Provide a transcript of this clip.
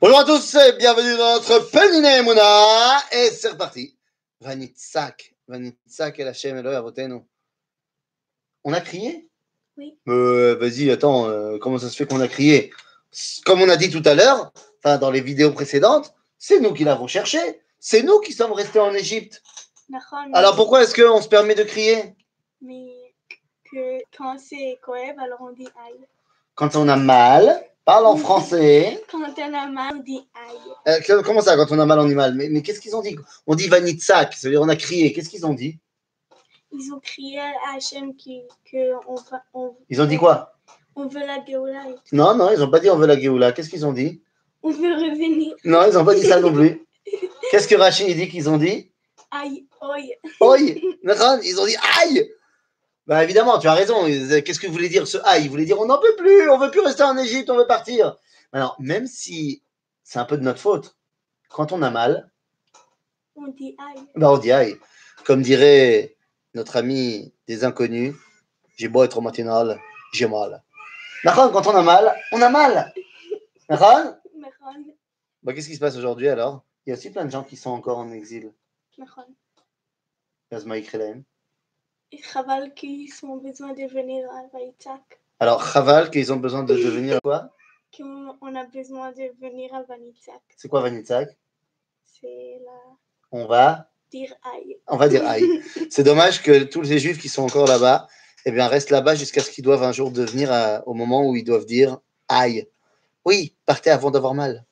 Bonjour à tous, bienvenue dans notre Peniné Mouna. Et c'est reparti. Vanitzak, Vanitzak et la Elohim Avotenu. On a crié Oui. Euh, Vas-y, attends, euh, comment ça se fait qu'on a crié Comme on a dit tout à l'heure, enfin dans les vidéos précédentes, c'est nous qui l'avons cherché. C'est nous qui sommes restés en Égypte. Nahon, mais- Alors pourquoi est-ce qu'on se permet de crier Mais que quand c'est coeb, alors on dit aïe. Quand on a mal, parle en Oui. français. Quand on a mal, on dit aïe. Euh, que- comment ça, quand on a mal, on dit mal Mais, mais qu'est-ce qu'ils ont dit On dit Vanitzak, c'est-à-dire on a crié. Qu'est-ce qu'ils ont dit Ils ont crié à Hachem qui, que on, va- on, Ils ont dit quoi on veut la Géoula. et- Non, non, ils n'ont pas dit on veut la Géoula. Qu'est-ce qu'ils ont dit On veut revenir. Non, ils n'ont pas dit ça non plus. Qu'est-ce que Rachid dit qu'ils ont dit Aïe, oi. Oi Nathan, Ils ont dit aïe Bah évidemment, tu as raison. Ils- Qu'est-ce que voulait dire ce aïe Ils voulaient dire on n'en peut plus, on veut plus rester en Égypte, on veut partir. Alors, même si c'est un peu de notre faute, quand on a mal, On dit aïe. bah on dit aïe. Comme dirait notre ami des inconnus, j'ai beau être au matinal, j'ai mal. Nathan, quand on a mal, on a mal. Nathan Nahon, Bah, Qu'est-ce qui se passe aujourd'hui alors Il y a aussi plein de gens qui sont encore en exil. Nahon. Yazma Ikrelaim. Et Chaval qu'ils ont besoin de venir à Vanitzak. Alors, Chaval, qu'ils ont besoin de devenir quoi Qu'on on a besoin de venir à Vanitzak. C'est quoi Vanitzak C'est la On va, dire aïe. on va dire aïe. C'est dommage que tous les juifs qui sont encore là-bas, eh bien, restent là-bas jusqu'à ce euh, qu'ils doivent un jour devenir à- au moment où ils doivent dire aïe. Oui, partez avant d'avoir mal.